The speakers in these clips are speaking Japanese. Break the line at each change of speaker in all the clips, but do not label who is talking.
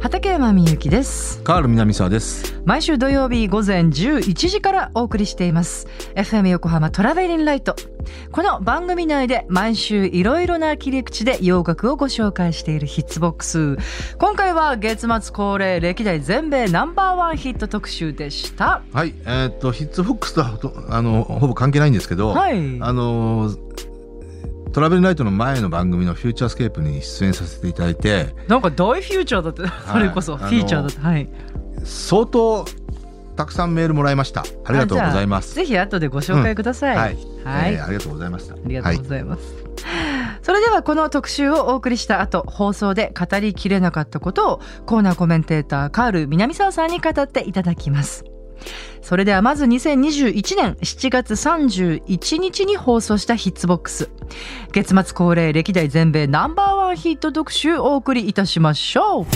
畠山みゆきです
カール南沢です。
毎週土曜日午前11時からお送りしています FM 横浜トラベリンライトこの番組内で毎週いろいろな切り口で洋楽をご紹介しているヒッツボックス今回は月末恒例歴代全米ナンバーワンヒット特集でした
はい、えーっと、ヒッツフックスとはほとあのほぼ関係ないんですけど、
はい
あのトラベルナイトの前の番組のフューチャースケープに出演させていただいて、
なんか大フューチャーだって、それこそ
あ
フ
の
ィーチャーだってはい
相当たくさんメールもらいました。ありがとうございま
あ
す。
じゃあぜひ後でご紹介ください、
はい、
はい
えーありがとうございました。
ありがとうございます。それではこの特集をお送りした後放送で語りきれなかったことをコーナーコメンテーターカール南沢さんに語っていただきますそれではまず2021年7月31日に放送したヒッツボックス月末恒例歴代全米ナンバーワンヒット特集をお送りいたしましょう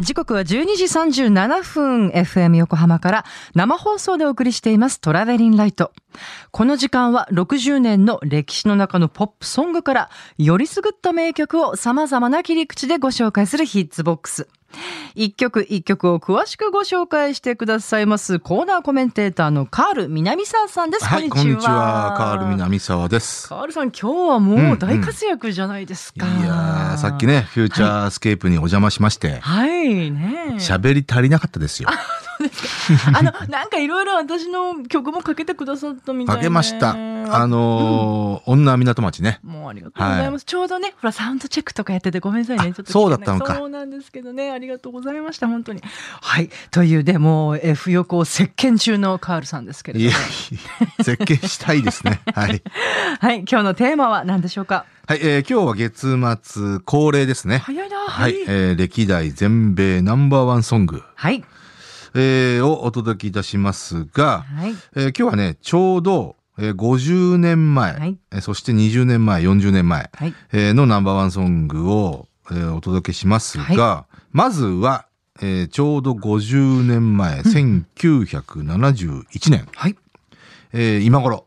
時刻は12時37分 FM 横浜から生放送でお送りしていますトラベリンライト。この時間は60年の歴史の中のポップソングからよりすぐった名曲を様々な切り口でご紹介するヒッツボックス。一曲一曲を詳しくご紹介してくださいますコーナーコメンテーターのカール南沢さんです。
はい、
こ
こ
ん
ん
に
に
ち
ち
は。
は、カール南沢です。
カールさん今日はもう大活躍じゃないです
い
か。
やー、さっき。ね、フューチャースケープにお邪魔しまして、
はいね。
喋、り足りなかったですよ。
あの、なんかいろいろ私の曲もかけてくださったみたい
か
ね
けました。あのー女港町ね。
もうありがとうございます、
は
ちょうどね、ほら、サウンドチェックとかやっててごめんなさいね。
あ
ちょっと聞けない
そうだったのか
そうなんですけどね、ありがとうございました、本当に。はい。という、でも、F 横を席巻中のカールさんですけれ
い
ど
や
も。、
絶景したいで すね。はい。
はい。今日のテーマは何でしょうか
はい、えー今日は月末恒例ですね。
早いな
は
はいい、。
えー歴代全米ナンバーワンソング、
はい。
えーをお届けいたしますが、
はい。
えー今日はね、ちょうど、えー50年前、
はい
えーそして20年前、40年前、
はい。
えーのナンバーワンソングを、えーお届けしますが、まずは、えーちょうど50年前、1971年、
はい。
えー今頃。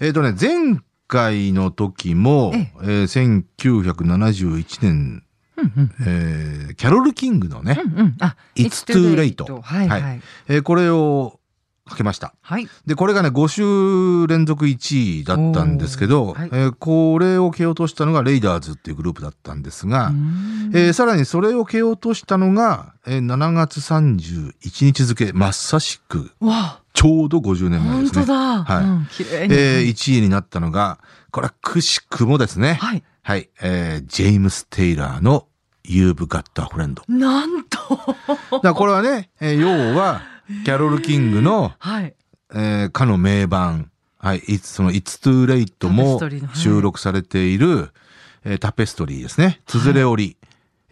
えっ、とね、前回の時も、
え
えー1971年、
うんうん。
えーキャロル・キングのね、
うんうん。あ、
It's too late
はい。は。
はいえーこれをかけました。
はい。
で、これがね、5週連続1位だったんですけど、
おーはい
えーこれを蹴落としたのがレイダーズっていうグループだったんですが、
うん
えーさらにそれを蹴落としたのが、えー7月31日付、まさしく、
わあ、
ちょうど50年前で
本
すね
当。だ。
はい
うん綺麗に。
えー、1位になったのが、これはくしくもですね。
はい。
はい。えー、ジェームス・テイラーの You've Got a Friend。
なんと。
だからこれはね、えー要は、キャロル・キングの、
はい。
えー、かの名盤、はい、いつその It's Too Late
タペス
も
トリーのはい
収録されている、えータペストリーですね。つづれ織り、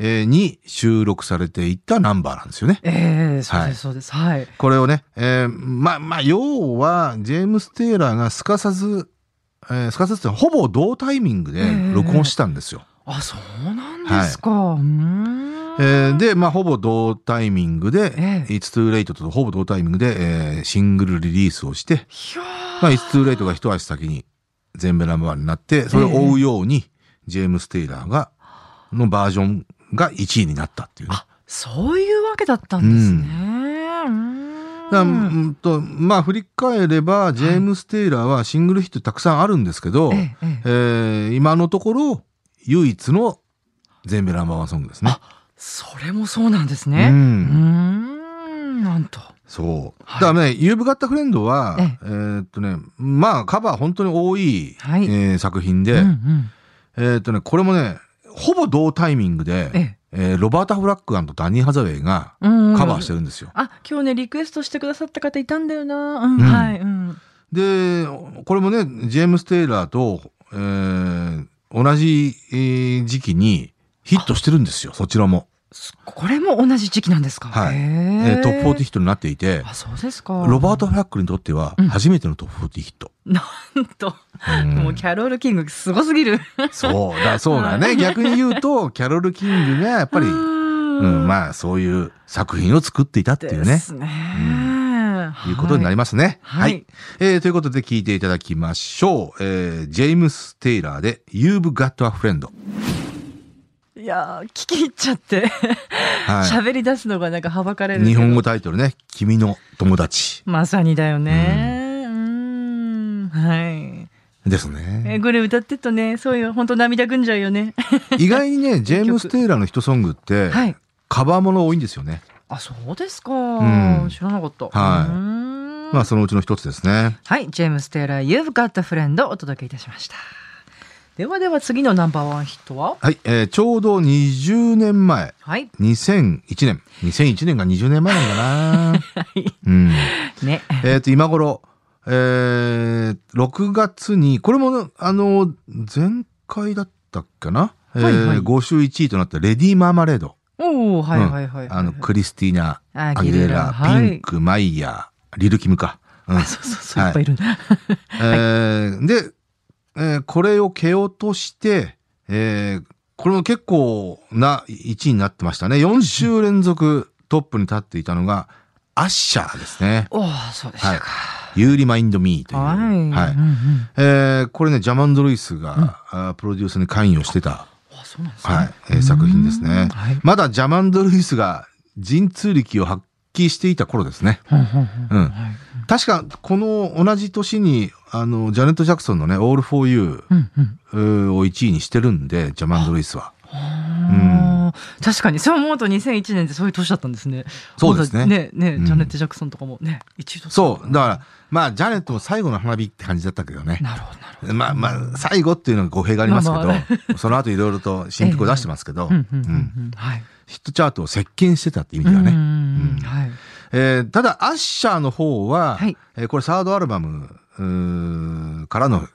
えーに収録されていたナンバーなんですよね。
ええそう
は
で
い
す、そうです。はい。
これをね、えーまあまあ、要は、ジェームス・テイラーがすかさず、えーすかさずってほぼ同タイミングで録音したんですよ。
あ、そうなんですか。うーん。
えーで、まあ、ほぼ同タイミングで、
ええ
It's Too Late とほぼ同タイミングで、えーシングルリリースをして、
ひゃー
まあ、It's Too Late が一足先に全米ナンバーワンになって、それを追うように、ジェームス・テイラーが、のバージョンが1位になったっていうね、
あ、そういうわけだったんですね。うーん。
だうんとまあ振り返ればジェームス・テイラーはシングルヒットたくさんあるんですけど、
ええええ
えー今のところ唯一の全米ナンバーワンソングですね。
それもそうなんです
う
ね。うー
ん
ん。なんと。
そう、
はい
だからね「You've Got a Friend は」
ええ
えーっとねまあカバー本当に多い、
はい
えー作品で、
うんうん。
えーっとねこれもねほぼ同タイミングで、
え
えーロバータ・フラッグダニー・ハザウェイが
うん
カバーしてるんですよ。
あ、今日ね、リクエストしてくださった方いたんだよな。うん、
うん
はい。うん。
で、これもね、ジェームス・テイラーと、えー同じ、えー時期にヒットしてるんですよ、そちらも。
すこれも同じ時期なんですか。
はい
へ
え
ー
ートップ40ヒットになっていて、
あ、そうですか。
ロバート・フラックにとっては
うん
初めてのトップ40ヒット。
なんと、
うん
もうキャロルキングすごすぎる。
そうだ、そうだね。逆に言うと、キャロル・キングがやっぱり、
う
う
ー
ん、まあそういう作品を作っていたっていう
で
ね、
すね。
いうことになり
ま
ますね。
は
はいい。えーということで聞いていただきましょう。えージェームス・テイラーで You've Got a Friend。
す。いやー聞き入っちゃって
は
喋り出すのがなんかはばかれる
い、
けど
日本語タイトルね「君の友達
まさにだよねうんんはい」
です
え
ね
これ歌ってっとねそういう本当涙ぐんじゃうよね
意外にねジェームス・テイラーのヒットソングって、
はい
カバーもの多いんですよね
あそうですか、
ん
知らなかった
はいう
ーん
まあそのうちの一つですね
はいジェームス・テイラー「You've Got a Friend」お届けいたしましたではでは次のナンバーワンヒットは
はい、えーちょうど20年前
はい
2001年2001年が20年前なんだな
い
うん
ね
えっ、と、今頃、えー、6月に、これも、あの、前回だったっけな、
はいは
え
い
ー、5週1位となったレディー・マーマレード。
おおはいはいはいはい、
あの、クリスティーナ・
ア
アギレラ、
は
ピ
い
ンク・マイヤー、リル・キムか。うん
あそうそうそういっぱいいるんだ、
えーで、えーこれを蹴落として、えーこれも結構な1位になってましたね。4週連続トップに立っていたのが、アッシャーですね。
おおそうでしたか
ユーリマインドミーという。
はい、うんうん
えーこれねジャマンド・ルイスが、あープロデュースに関与してた、
あそうなんですね
はいえー作品です
うん
ね
はい
まだジャマンド・ルイスが神通力を発揮していた頃ですね
ほんほんほん
うん
はい
確かこの同じ年にあのジャネット・ジャクソンのね「All for You
うんうん」
えーを1位にしてるんでジャマンド・ルイスは
あー確かにそう思うと2001年ってそういう年だったんですね
そうですね
まだねね
うん
ジャネット・ジャクソンとかもね一度
そうだからまあジャネットも最後の花火って感じだったけどね
なるほどなるほど
まあまあ最後っていうのは語弊がありますけど、
まあま
その後いろいろと新曲を出してますけど、
うんうんうん
うん
うんはい
ヒットチャートを席巻してたって意味
う
では
ん
ね、
うんうん
うん
はい
えーただ、アッシャーの方は、
はい
えーこれサードアルバムうーからの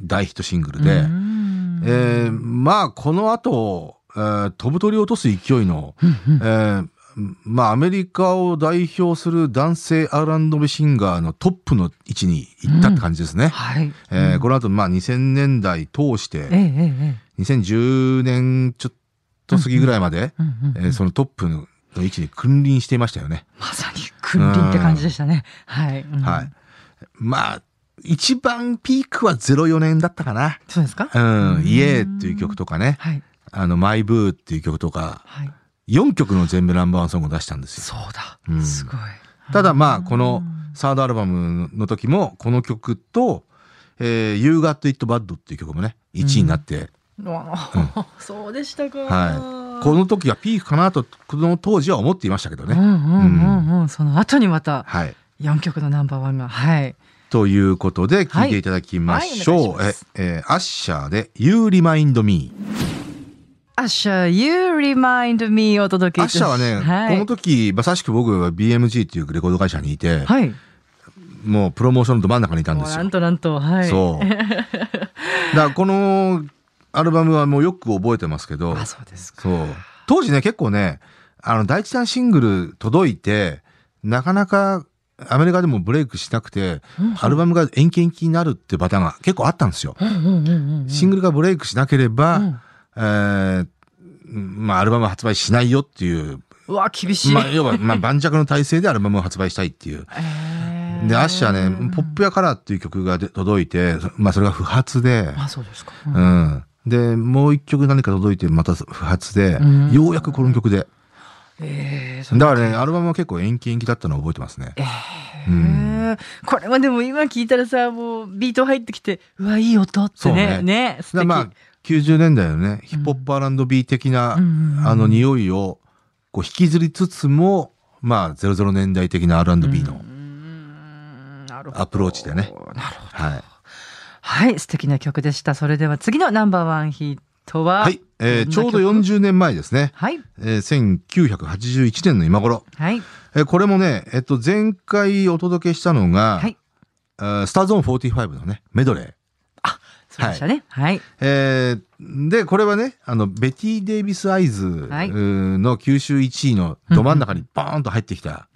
大ヒットシングルで、
うん
えーまあ、この後、えー飛ぶ鳥を落とす勢いの、えーまあ、アメリカを代表する男性 R&B シンガーのトップの位置に行ったって感じですね。
はい
えーこの後、まあ、2000年代通し
えええ
て、
ええ
2010年ちょっと過ぎぐらいま
え
で、
うんうん
えーそのトップの位置に君臨していましたよね。
まさに君臨って感じでしたねはいうん
はい。まあ、一番ピークは04年だったかな。
そうですか
うん、イエ
う
ー
ん
っていう曲とかね、
はい
あの、マイブーっていう曲とか、
はい
4曲の全部ナンバーワンソングを出したんですよ。
そうだ
うん
すごい
ただまあ、このサードアルバムの時も、この曲と、えー、You Got It Bad っていう曲もね、1位になって、
ああ そうでしたか
はい。この時がピークかなと、この当時は思っていましたけど
う
ね。
んうんうんうん、その後にまた
はい。
4曲のナンバーワンがはい
ということで、聴いていただきまし
はい
ょ
お
う。
願いします
え、えーアッシャーで You Remind Me。
アッシャー You Remind Me をお届けい
アッ
たし
シャーはね、
はい、
この時まさしく僕は BMG っていうレコード会社にいて、
はい
もうプロモーションのど真ん中にいたん
も
で
う
す
な
よ。
んとなんとはい
そう。 だからこのアルバムはもうよく覚えてますけど
あ、そうですか
そう。当時ね、結構ね、あの、第一弾シングル届いて、なかなかアメリカでもブレイクしなくて、アルバムが延期延期になるってパターンが結構あったんですよ。
うんうんうんうん
シングルがブレイクしなければ、
うん
えーまあ、アルバムは発売しないよっていう
うわ厳しい、
まあ、要は、 まあ、盤石の体制でアルバムを発売したいっていう。
えー
で、アッシャーね、ポップやカラーっていう曲がで届いて、まあ、それが不発で、
あそうですか、う
うんん。で、もう一曲何か届いて、また不発で
うん、
ようやくこの曲で。
えーそ
だ
う
からね、アルバムは結構延期延期だったのを覚えてますね。うん
えーこれはでも今聞いたらさもうビート入ってきてうわいい音って
そう
ね
ね
ね素
で
敵、
まあ、90年代のね、ヒップホップ R&B 的な、
うんうん
あの、匂いを、こう、引きずりつつも、まあ、00年代的な R&B の、
うんなるほど
アプローチでね
なるほど
はい。
はい、素敵な曲でした。それでは次のナンバーワンヒットは、
はい。えーちょうど
40
40年前ですね。
はい、
えー1981年の今頃。
はい、
えーこれもね、えっと、前回お届けしたのが、
はい
えースターゾーン45のね、メドレー。
そうでしたね。はい、
えーで、これはね、あの、ベティ・デイビス・アイズ
はいう
ーの九州1位のど真ん中にバーンと入ってきた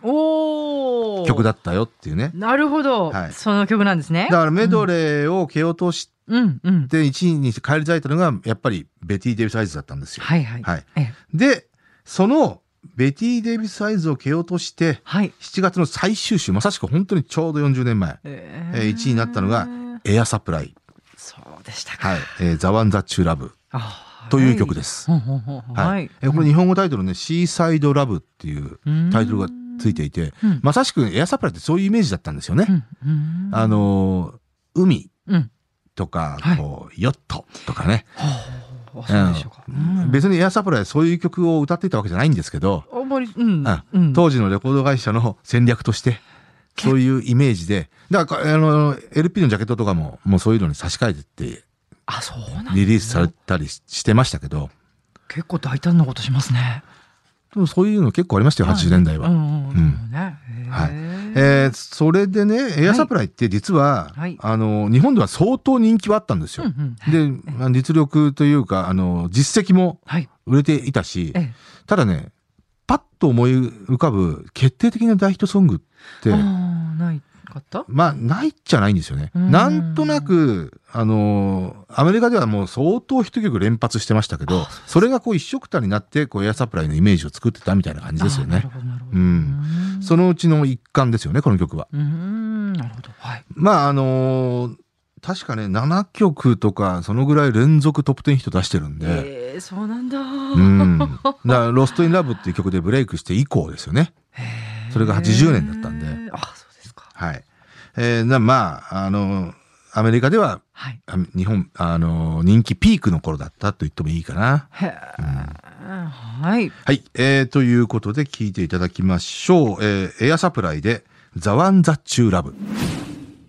おお、
曲だったよっていうね。
なるほど、
はい
その曲なんですね
だ。からメドレーを蹴落とし
うん、うん、
て1位に返り咲いたのが、やっぱりベティ・デイビス・アイズだったんですよ。
はい、はい、
はい。
ええ
で、その、ベティ・デイビス・アイズを蹴落として、
はい、
7月の最終週、まさしく本当にちょうど40年前、
え
えー一位になったのがエアサプライ。
そうでしたか。
はい。えー、ザワンザチューラブ。
あ
という曲です。
ほんほんほんほん
はいえこれ日本語タイトルね「シーサイド・ラブ」っていうタイトルがついていて、
うん
まさしくエアサプラってそういうイメージだったんですよね。
うん
あのー海
うん
とか、
はい
こうヨットとかね、
はあそうでしょうか。
うん別にエアサプラでそういう曲を歌っていたわけじゃないんですけど、
あんまり、うん
あ
うん
当時のレコード会社の戦略としてそういうイメージでだからあの LP のジャケットとかももうそういうのに差し替えてって
あ、そうなんだ
リリースされたりししてましたけど
結構大胆なことしますね。
でもそういうの結構ありましたよ80年代は。
うんうん
うん
そうね。
は
へ
いえーそれでねエアサプライって実は、
はい
あの日本では相当人気はあったんです
ー
よ。
うんうん
でまあ実力というかあの実績も
はい。
売れていたし
え
ただねパッと思い浮かぶ決定的な大ヒットソングって
え。ああ、ないかった。
まあないっちゃないんですよね。
うん
なんとなくあのーアメリカではもう相当ヒット曲連発してましたけどそれがこう一緒くたになってこうエアサプライのイメージを作ってたみたいな感じですよ
あーな
ね
る。ほど、なるほ
う
ど。
ん、
うん
そのうちの一環ですよねこの曲は。
うーん、なるほど。はい。
まああのー確かね7曲とかそのぐらい連続トップ10ヒット出してるんで。
ええ、そうなんだ。
うん、だから「ロスト・イン・ラブ」っていう曲でブレイクして以降ですよね。
へー
それが80年だったんで。
あ、そうですか。
はいえーなまああのーアメリカでは
はい。
あ日本あの人気ピークの頃だったと言ってもいいかな。
へえ。はい。
はい、えーということで聞いていただきましょう。えーエアサプライでザワンザチューラブ。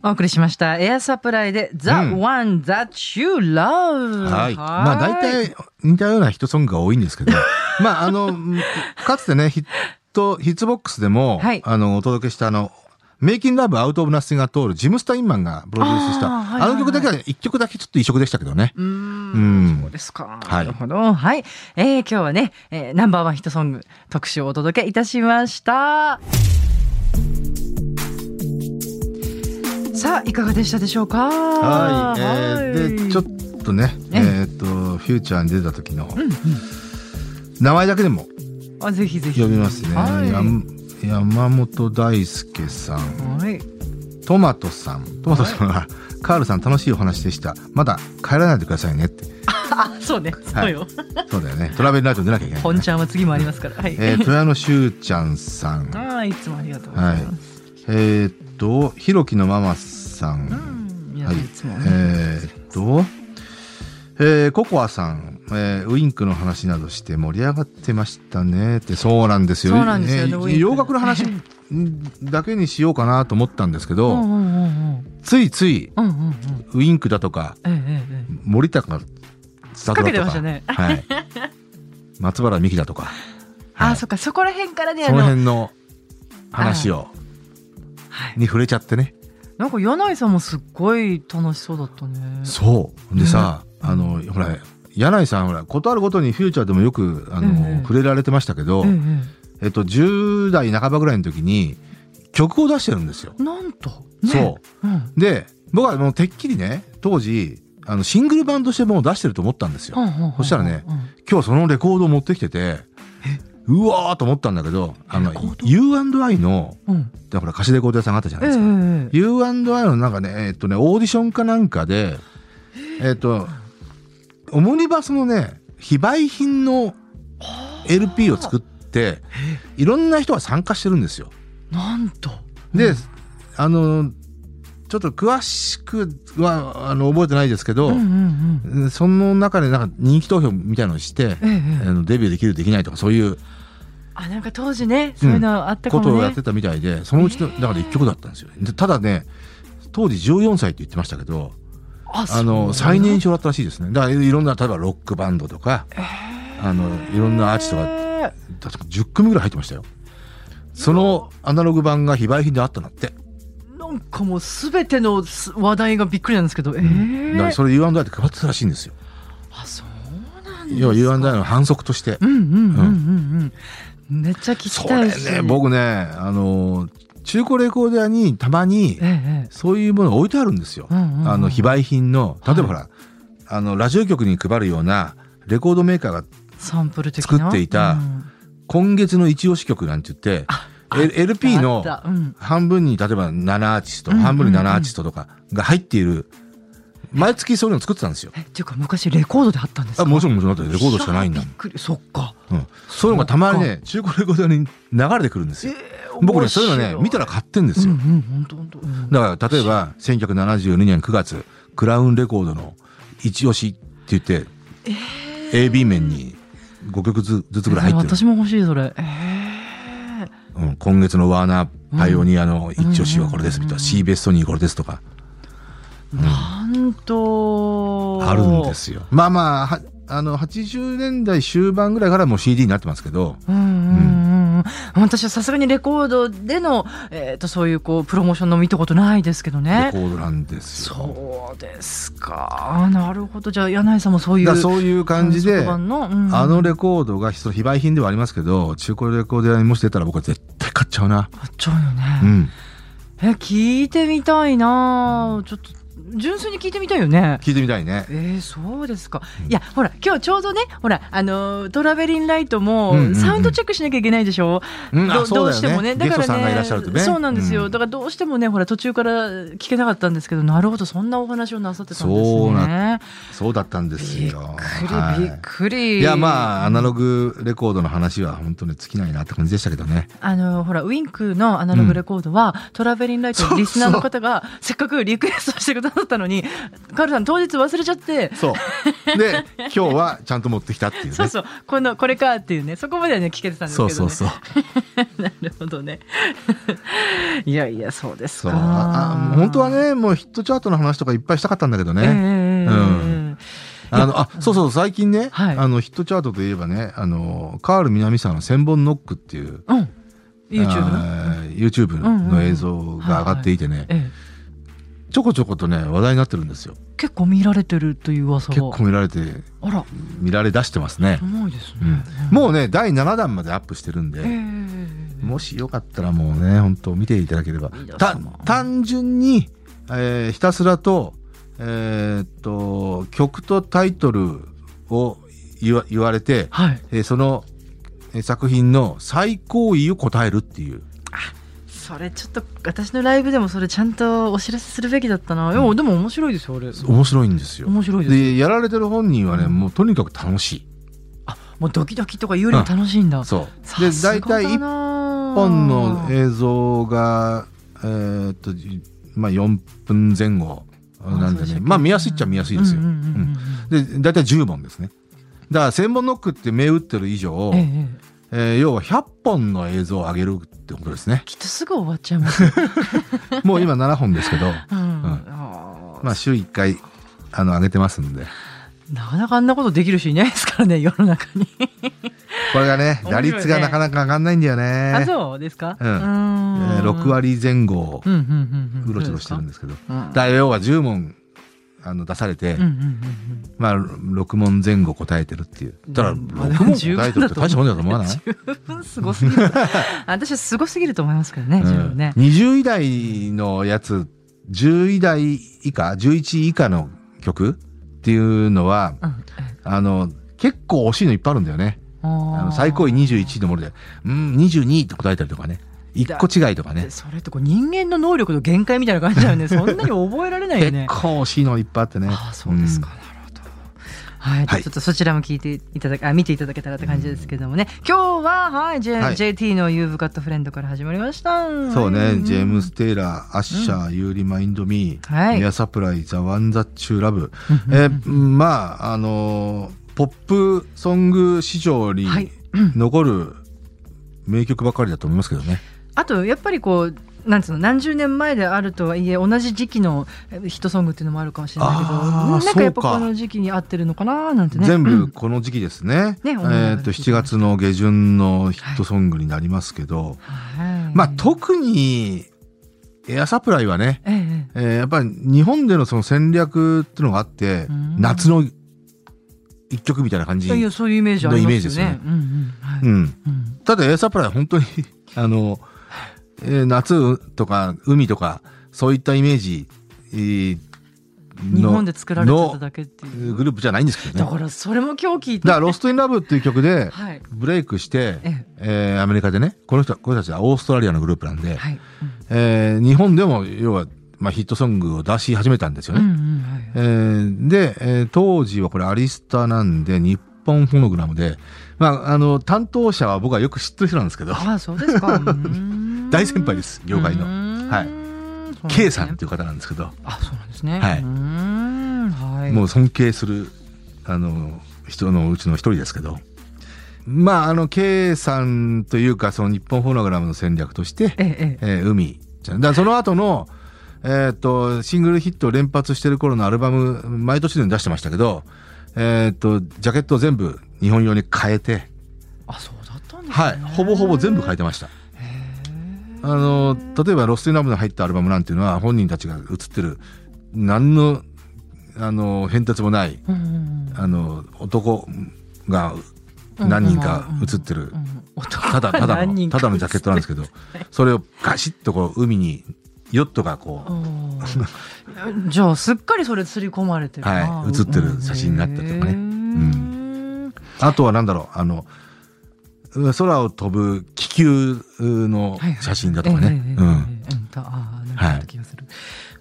お送りしました。エアサプライで The
うん
One That You Love。
はい、まあ大体似たようなヒットソングが多いんですけ ど、まああのうんかつてねヒットヒッツボックスでも、
はい
あのお届けしたあの。メイキンラブアウトオブナッシングアトールジムスタインマンがプロデュースした
あー
あ,、
はいはいはい
の曲だけは一曲だけちょっと異色でしたけどね
うーん
うん
そうですか。
はい
なるほど。はい。えー、今日はね、えーナンバーワンヒットソング特集をお届けいたしました。さあ、いかがでしたでしょうか。
はい、えーでちょっ
と。
とね
え
え
え
ーっとフューチャーに出た時の
うん
名前だけでも
うん。あ、ぜひぜひ。
呼びますね、
はい。
やん山本大輔さん
はい。
トマトさんトマトさんは、カールさん楽しいお話でしたまだ帰らないでくださいねって
あ、そうね。そうよ。
そうだよ ねトラベルライト出なきゃいけない、
本、
ね
ちゃんは次もありますから。はい。
えー、富山のしゅうちゃんさん
はい、いつもありがとうございます。
えーっとひろきのママさん、
うん、皆
は
さ
い
んいつも、ね
えーっとえーココアさん、えーウインクの話などして盛り上がってましたねってそうなんですよ
そうなんですよね
えー
ウインク
洋楽の話だけにしようかなと思ったんですけ
う
ど、
んうんうんうん。
ついつい
うんうんうん。
ウインクだとか
ええええええ。
森高千里
かけて
だ
ま
と
した
か、
ね。
はい、松原美樹だと か、は
あ、
い
そっか、そこら辺からね、あ
その
の、
辺の話を
はい、
に触れちゃってね
なんか柳井さんもすっごい楽しそうだったね。
そうでさ、あのほら柳井さんほら事あるごとにフューチャーでもよくあの、
うんうん
触れられてましたけど、
ええ
えっと、10代半ばぐらいの時に曲を出してるんですよ。
ええなんと、ね、、
そう
ん、
うで僕はもうてっきりね当時あのシングル版としてもう出してると思ったんですよ。そしたらね今日そのレコードを持ってきててうわーと思ったんだけどあの
レコード
U&I の
うん、うん、
だから貸しレコード屋さんがあったじゃな
え
い
え
ですか、
ええ
U&I のなんかねえっとねオーディションかなんかでえっとオムニバスのね非売品の LP を作っていろんな人が参加してるんですよ
なんと、
で、
うん
あのちょっと詳しくはあの覚えてないですけど、
うんうん
その中でなんか人気投票みたいなのをして
うん、ええ
あ
ええ、
のデビューできるできないとかそういう
あ、なんか当時ね、そういうのあったかも
こ
ね。
とをやってたみたいでそのうちのだから1曲だったんですよでただね当時14歳って言ってましたけど
あ
あの最年、少だったらしいですねだからいろんな例えばロックバンドとかあのいろんなアーティストが
が。
確か10組ぐらい入ってましたよそのアナログ版が非売品であったんだって、
なんかもうすべてのす話題がびっくりなんですけど、ええ
だからそれ U&I って配ってたらしいんですよ
あ、そうなんですか。
要は U&I の反則として
うんうんうんうんうん。めっちゃ聞き
そ
た
れ
いし。
ね僕ねあの中古レコーダーにたまに
ええええ
そういうものが置いてあるんですよ、
うんうんうん
あの非売品の例えばほら、あのラジオ局に配るようなレコードメーカーが
サンプル的な
作っていた
うん
今月の一押し曲なんて言って
あ
L- LP
あっ
の
たうん
半分に例えば7アーティスト、
うんうんうん
半分に7アーティストとかが入っている毎月そういうの作ってたんですよ。
えっていうか昔レコードであったんですか
あもちろ
ん
んもちろんだってレコードしかないんだも
びっくりそっか
ん。うん、そういうのがたまにね中古レコードに流れてくるんですよ。僕ねそういうのね見たら買ってんです
うん
よ。
うん本当本当うん
だから例えば1972年9月クラウンレコードの「一押し」って言って、AB 面に5曲ずずつぐらい入ってる、
私も欲しいそれええ
うん、今月のワーナーパイオニアの「一押しはこれです」みたいな「シーベストニーこれです」とか
なんと
あるんですよ。まあまあはあの80年代終盤ぐらいからもう CD になってますけど
うんうんうんうん、私はさすがにレコードでの、えー、とそういうこうプロモーションの見たことないですけど
レ
ね
コードなんですよ。
そうですかなるほどじゃあ柳井さんもそうい
だ
う
からそういう感じ
うん
で
即
あ
番の,、うん
のレコードがその非売品ではありますけど中古レコード屋にもし出たら僕は絶対買っちゃうな。
買っちゃうよね、
うん
え聞いてみたいなちょっと純粋に聞いてみたいよね
聞いてみたいね。
えー、そうですか、
うん
いやほら今日ちょうどねほらあのートラベリンライトも
うんうんうん
サウンドチェックしなきゃいけないでしょ、
うんあ
ど
そう
ど
だよね
うしてもねだから
ゲストさんがいらっしゃるとね
ねそうなんですよ、
うん
だからどうしてもねほら途中から聞けなかったんですけどなるほどそんなお話をなさってたんですね
そうなそうだったんです
びっくり
よ。はい
びっくり
いやまあアナ
の
ログレコードの話は本当に尽きないなって感じでしたけどね。
あのほらウィンクのアナログレコードは、トラベリンライトのリスナーの方がせっかくリクエストしてくださったのにカールさん当日忘れちゃって
そう。で今日はちゃんと持ってきたっていう ね。
そうそうこのこれかっていうねそこまではね聞けてたんですけ
そ
ど、
う
ね、
そうそう。
なるほどね。 いやいや、そうです
そ
か。
う。ああ本当はねもうヒットチャートの話とかいっぱいしたかったんだけど
え
ね。
え。ええ
うんあのあそうそう最近ね、
はい
あのヒットチャートといえばねあのカール南さんの「千本ノック」っていう
ええうん。YouTube?
あー YouTube の映像が上がっていてね、
ええ
ちょこちょことね話題になってるんですよ
結構見られてるという噂
結
が。
構見られて
あら、
見られ出してますね
す、ごいです
う
ね
ん。もうね第7弾までアップしてるんで、
ええ
もしよかったらもうね本当見ていただければ
皆様
た単純に、えーひたすらと,、えーっと曲とタイトルを言わ言われて、
はい。
えーそのえー作品の最高位を答えるっていう
それちょっと私のライブでもそれちゃんとお知らせするべきだったな。いやでも面白いですよ、あれ。
面白いんですよ。
面白いです。
でやられてる本人はねもうとにかく楽しい。
もうドキドキとかいうよりも楽しいんだ。
そう
で
で大体1本の映像がえーっと、じまあ、4分前後なんでねまあ見やすいっちゃ見やすいですよ。
うんうんうんうん
で大体10問ですね。だから1,000本ノックって銘打ってる以上、
ええ
え
ええ
ー要は100本の映像を上げるってことですね
。きっとすぐ終わっちゃい ますよ。
もう今7本ですけど、
うん
まあ、週1回あの上げてますんで
なかなかあんなことできる人いないですからね世 の中に。
これがね
面白
打
いね
率がなかなか上がんないんだよ
あ
ね。
そうですか。
うんえー6
割
割前後
うんうんうんうん。
うろちょろしてるんですけど
うん。
だ要は10問あの出されて、
うんうんうん
まあ6問前後答えてるっていうだから
うん。
6問答えてるって大したもんだと思わない
十分すごすぎる。私はすごすぎると思いますけどね。
う
自
ん
分ね。
20位台のやつ10位台以下11位以下の曲っていうのは
うん
あの結構惜しいのいっぱいあるんだよねあの最高位。21位のものでうん22位って答えたりとかね1個違いとか
あー
ね
でそれってこう人間の能力の限界みたいな感じだよね。そんなに覚えられないよ
結
ね。
構惜しいのいっぱいあってね
ああそうですか、なるほど。はい、
はい
ちょっとそちらも聞いていただけあ見ていただけたらって感じですけどもね、今日ははい、J
はい
JT の You've Got Friend から始まりました
うんそうね、
ん
ジェームス・テイラーアッシャー、ユーリ・マインド・ミー、
はい
ミア・サプライザ・ワン・ザ・チュー・ラブ、
うん
えーまああのーポップソング史上に
はい
残る名曲ばかりだと思いますけどね、
あとやっぱりこうなんつうの何十年前であるとはいえ同じ時期のえヒットソングっていうのもあるかもしれないけど
あ
な
ー
んかやっぱ
そうか
この時期に合ってるのかななんてね
全部この時期ですね,、
ね
えーと
同じ
7月の下旬のヒットソングになりますけど、
はい
まあ特にエア・サプライはね、
ええ
えーやっぱり日本でのその戦略っていうのがあって、
うん
夏の一曲みたいな感じ
いやいやそういうイメージありますよね
のイメージですよね
うんうんはい
うん、
うん
ただエアサプライは本当に あの、えー夏とか海とかそういったイメージ、えーの
日本で作られちゃっただけっていう
グループじゃないんですけど
だ
ねだか
からそれも今日聞いて
ら「ロスト・イン・ラブ」っていう曲で
はい
ブレイクして、
ええ
えーアメリカでねこの人この人たちはオーストラリアのグループなんで、
はい。
えー日本でも要は、まあ、ヒットソングを出し始めたんですよ
うんう
ね。
んうんはいはい
えーで、えー当時はこれアリスタなんで日本フォノグラムで、まあ、あの担当者は僕はよく知ってる人なんですけど
ああそうです かうーん
大先輩です業界の
うーん
はい
そうなんですね
K さんっていう方なんですけど、
あそうなんですね
はいう
ーんはい
もう尊敬するあの人のうちの一人ですけどまああの K さんというかその日本フォノグラムの戦略として
ええええ
えー海ちゃんだからその後の、えー、とシングルヒットを連発してる頃のアルバム毎年のように出してましたけど、えー、とジャケットを全部日本用に変えて、
あそうだったんですね
はい、ほぼほぼ全部変えてました。あの例えば「ロスト・イン・ラブ」の入ったアルバムなんていうのは本人たちが写ってる何のあの変哲もない
うんうん
あの男が何人か写ってる
うんうんうん音が
ただただ
何
の
人か
ただのジャケットなんですけどそれをガシッとこう海にヨットがこう
おーじゃあすっかりそれ刷り込まれてるな
はい写ってる写真になったとかね
ね
あとはなんだろう、あの、う空を飛ぶ気球の写真だとかね。うん。
ああなんかあった気がする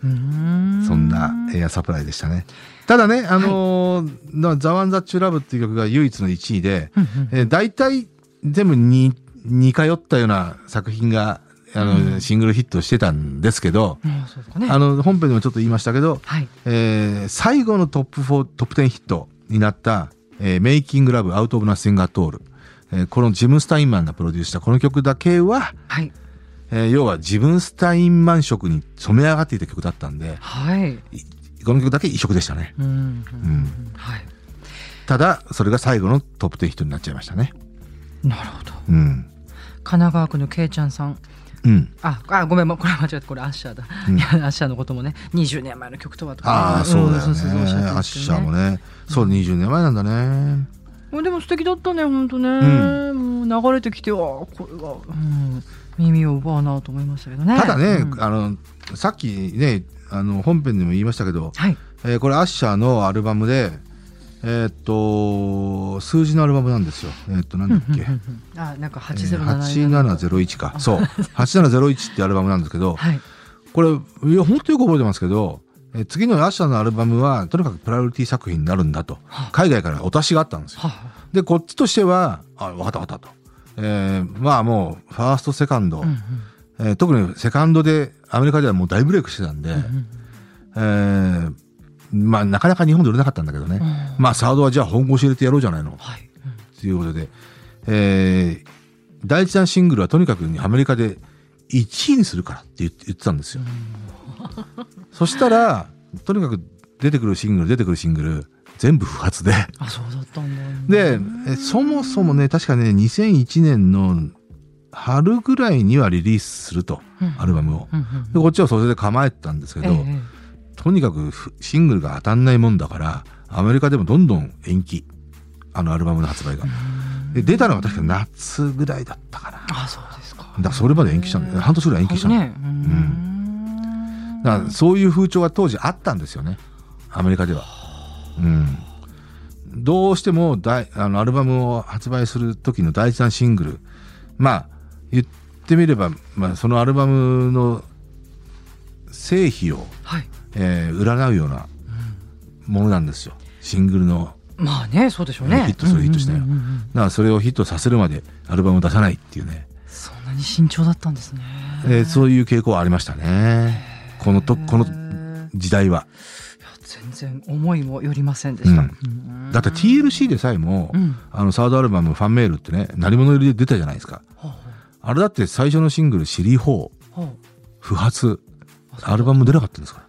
うーん
そんなエアサプライでしたね。ただね、あのーなザワンザチュラブっていう曲が唯一の1位で、
うんうん
えー大体全部に似通ったような作品が、あの、
うん
シングルヒットしてたんですけど、
あそうかね
あの、本編でもちょっと言いましたけど、
はい
えー最後のトップ4、トップ10ヒットになった、えー、メイキングラブ、アウトオブナッシングアトール。えーこのジム・スタインマンがプロデュースしたこの曲だけは、
はい
えー要はジム・スタインマン色に染め上がっていた曲だったんで、
はい
この曲だけ異色でしたね。
うんうん
ん
はい
ただ、それが最後のトップ10ヒットになっちゃいましたね。
なるほど
うん。
神奈川区のけいちゃんさん
うん。
ああごめんもうこれ間違えたこれアッシャーだ、
うん
いやアッシャーのこともね20年前の曲とはとか
ああ、そうだよね。アッシャーも
ね
ね。そう、20年前なんだね。
もうでも素敵だったね本当ね、もう流れてきてああこれが、うん、耳を奪うなと思いましたけどね
ただね、
うん
あの、さっきね、あの、本編でも言いましたけど、
はい
えーこれアッシャーのアルバムで、えーっと数字のアルバムなんですよ。えーっとなんだっけ、え
あなんか
ー
8077、
8701か そう8701ってアルバムなんですけど
はい
これいや本当よく覚えてますけど、えー次のアッシャーのアルバムはとにかくプライオリティ作品になるんだと海外からお達しがあったんですよ。
はあ
でこっちとしては「あわかったわかった」と。えーまあもうファーストセカンド、
うんうん
えー特にセカンドでアメリカではもう大ブレイクしてたんで、えーまあなかなか日本で売れなかったんだけどね、
うん
まあサードはじゃあ本腰入れてやろうじゃないのっ
はい
ていうことで、えー第一弾シングルはとにかくアメリカで1位にするからって言って言ってたんですよ。そしたらとにかく出てくるシングル出てくるシングル全部不発で。
あそうだったんだ
でえそもそもね確かね2001年の春ぐらいにはリリースすると
うん
アルバムを。
うんうん
でこっちはそれで構えてたんですけど、
ええ
とにかくふシングルが当たんないもんだからアメリカでもどんどん延期あのアルバムの発売がで出たのが確か夏ぐらいだったかなだか
あそうですか
らそれまで延期したんだよ半年ぐらい延期したんだ,、
ねうん
だからそういう風潮が当時あったんですよねアメリカではうんどうしても大あのアルバムを発売する時の第一弾シングルまあ言ってみれば、まあ、そのアルバムの成否を
はい
えー占うようなものなんですよシングルの
まあねそうでしょうね
ヒットするヒットしないよ
うんうんうんうん
だからそれをヒットさせるまでアルバムを出さないっていうね、
そんなに慎重だったんですね
えーそういう傾向はありましたねこのとこの時代はい
や全然思いもよりませんでした、
うん
うん
だって TLC でさえも、
うん
あのサードアルバム「ファンメール」ってね何者よりで出たじゃないですか
ほう
あれだって最初のシングル「シリー・ホー
ほうほう」
不発
あそう
アルバム出なかったんですから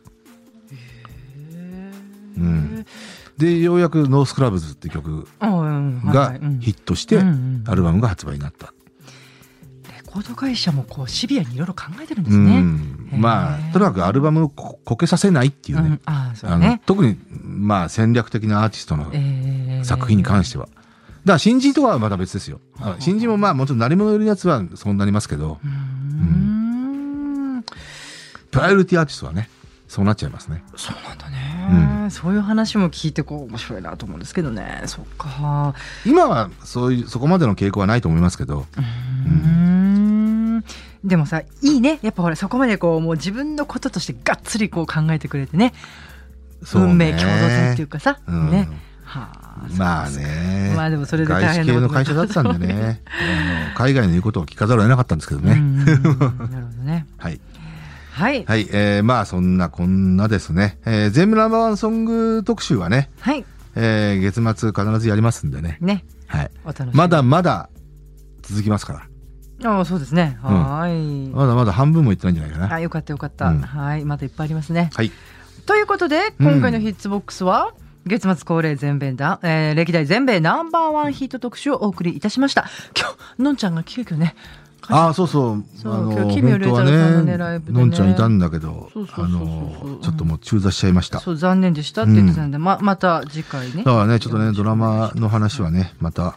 へー
うんでようやく「ノースクラブズ」って曲
あうんはいは
が
いうん
ヒットして
うんうん
アルバムが発売になった
レコード会社もこうシビアにいろいろ考えてるんで
う
すね。
ん
へー
まあとにかくアルバムをここけさせないっていう
う
ね
ん、ああそう
あの
ね。
特にまあ戦略的なアーティストの
えー
作品に関しては、だから新人とかはまた別ですよあ新人もまあもちろん何者よりのやつはそうなりますけど
うーん
プライオリティアーティストはねそうなっちゃいますね
そうなんだね、そういう話も聞いてこう面白いなと思うんですけどね。そっか。
今はそういうそこまでの傾向はないと思いますけど
うーんでもさいいねやっぱほらそこまでこうもう自分のこととしてがっつりこう考えてくれてね
そうね
運命共同体っていうかさ、
うん
ねはあ
まあ
そう
ね。
まあでもそれで大
外資
変
系
なこと
の会社だったんで ね。あの海外の言うことを聞かざるを得なかったんですけど
ですう
ね。
んうんなるほどね
はい。
はい
はい。えーまあそんなこんなですね。えー、全部ナンバーワンソング特集はね、
はい
えー月末必ずやりますんでね。
ね
はい。
お楽しみに
まだまだ続きますから。
ああそうですね
うん
はーい、
まだまだ半分もいってないんじゃないかな。
あよかったよかった、
うん
はいまだいっぱいありますね
はい。
ということで
うん
今回のヒッツボックスは、月末恒例全米だ、えー歴代全米ナンバーワンヒット特集をお送りいたしました今日のんちゃんが急遽ね
ああそうそう
そう
あ
今
の
日キミオ
本
レイ
当
ザ
は
ーさんのね
ね
ライブでね
のんちゃんいたんだけど
そうそうそうそう
あの
うん
ちょっともう中座しちゃいました
そう残念でしたって言ってたんで、ままた次回ね
だからねちょっとねドラマの話はねまた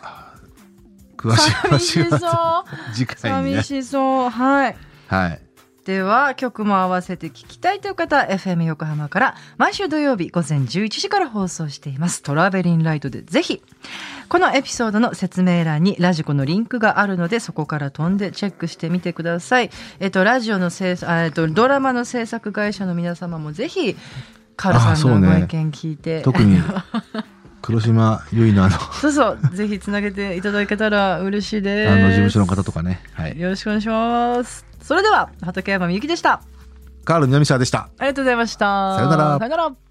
詳しい
寂し
話
そう
は次回にね
寂しそうはい
はい
では曲も合わせて聴きたいという方は FM 横浜から毎週土曜日午前11時から放送しています「トラベリンライト」でぜひこのエピソードの説明欄にラジコのリンクがあるのでそこから飛んでチェックしてみてくださいえっとラジオの制作あえっとドラマの制作会社の皆様もぜひカールさんのご意見聞いて
特に黒島結菜の
そうそうぜひつなげていただけたら嬉しいです
あの事務所の方とかねはい
よろしくお願いしますそれでは畠山みゆきでした
カール南沢でした
ありがとうございました
さよなら
さよなら